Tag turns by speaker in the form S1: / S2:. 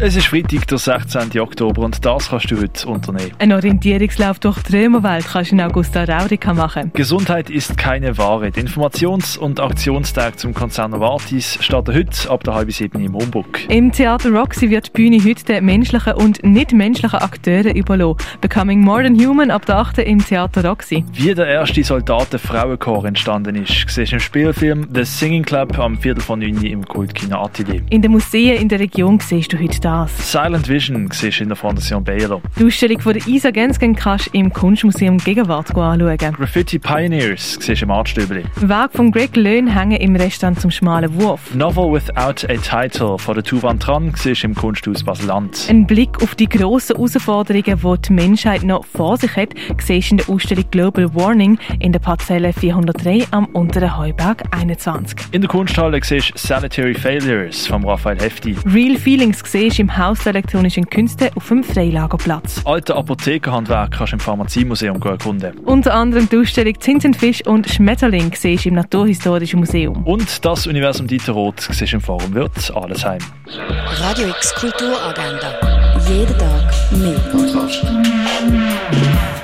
S1: Es ist Freitag, der 16. Oktober und das kannst du heute unternehmen.
S2: Ein Orientierungslauf durch die Römerwelt kannst du in Augusta Raurica machen.
S1: Gesundheit ist keine Ware. Der Informations- und Aktionstag zum Konzern Novartis startet heute ab der halben sieben im Homburg.
S2: Im Theater Roxy wird die Bühne heute den menschlichen und nicht-menschlichen Akteuren überlassen. Becoming More Than Human ab der 8. im Theater Roxy.
S1: Wie der erste Soldaten-Frauenchor entstanden ist, siehst du im Spielfilm The Singing Club am Viertel von 9 im Kultkino Atelier.
S2: In den Museen in der Region siehst du heute das.
S1: Silent Vision siehst du in der Fondation Baylor.
S2: Die Ausstellung von der Isa Gensgen kannst du im Kunstmuseum Gegenwart anschauen.
S1: Graffiti Pioneers siehst du im Artstöbli.
S2: Werk von Greg Löhn hängen im Restaurant zum schmalen Wurf.
S1: Novel Without a Title von der Tuvan Tran siehst du im Kunsthaus Basel-Land.
S2: Ein Blick auf die grossen Herausforderungen, die die Menschheit noch vor sich hat, siehst du in der Ausstellung Global Warning in der Parzelle 403 am unteren Heuberg 21.
S1: In der Kunsthalle siehst du Sanitary Failures von Raphael Hefti.
S2: Real Feelings siehst du im Haus der elektronischen Künste auf dem Freilagerplatz.
S1: Alte Apothekerhandwerk kannst du im Pharmaziemuseum erkunden.
S2: Unter anderem die Ausstellung Zinsenfisch und Schmetterling siehst du im Naturhistorischen Museum.
S1: Und das Universum Dieterroth siehst du im Forum Wirt Allesheim.
S3: Radio X Kulturagenda. Jeden Tag mehr.